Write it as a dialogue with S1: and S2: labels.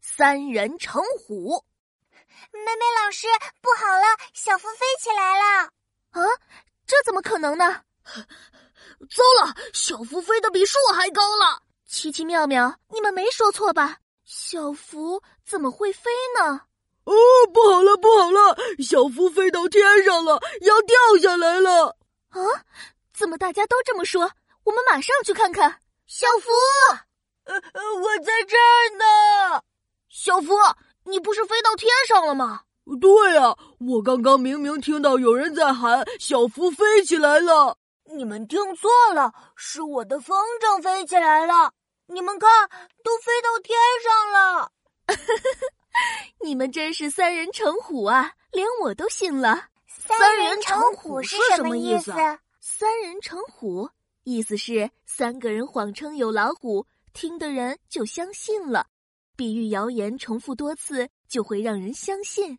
S1: 三人成虎。
S2: 美美老师，不好了，小夫飞起来了！
S1: 啊，这怎么可能呢？
S3: 糟了，小福飞得比树还高了！
S1: 奇奇妙妙，你们没说错吧？小福怎么会飞呢？
S4: 哦，不好了，不好了，小福飞到天上了，要掉下来了！
S1: 啊，怎么大家都这么说？我们马上去看看。
S3: 小福，
S4: 呃呃，我在这儿呢。
S3: 小福，你不是飞到天上了吗？
S4: 对呀、啊，我刚刚明明听到有人在喊“小福飞起来了”。
S5: 你们听错了，是我的风筝飞起来了。你们看，都飞到天上了。
S1: 你们真是三人成虎啊，连我都信了。
S2: 三人成虎是什么意
S5: 啊
S2: 思？啊
S1: 三人成虎意思是三个人谎称有老虎，听的人就相信了。比喻谣言重复多次，就会让人相信。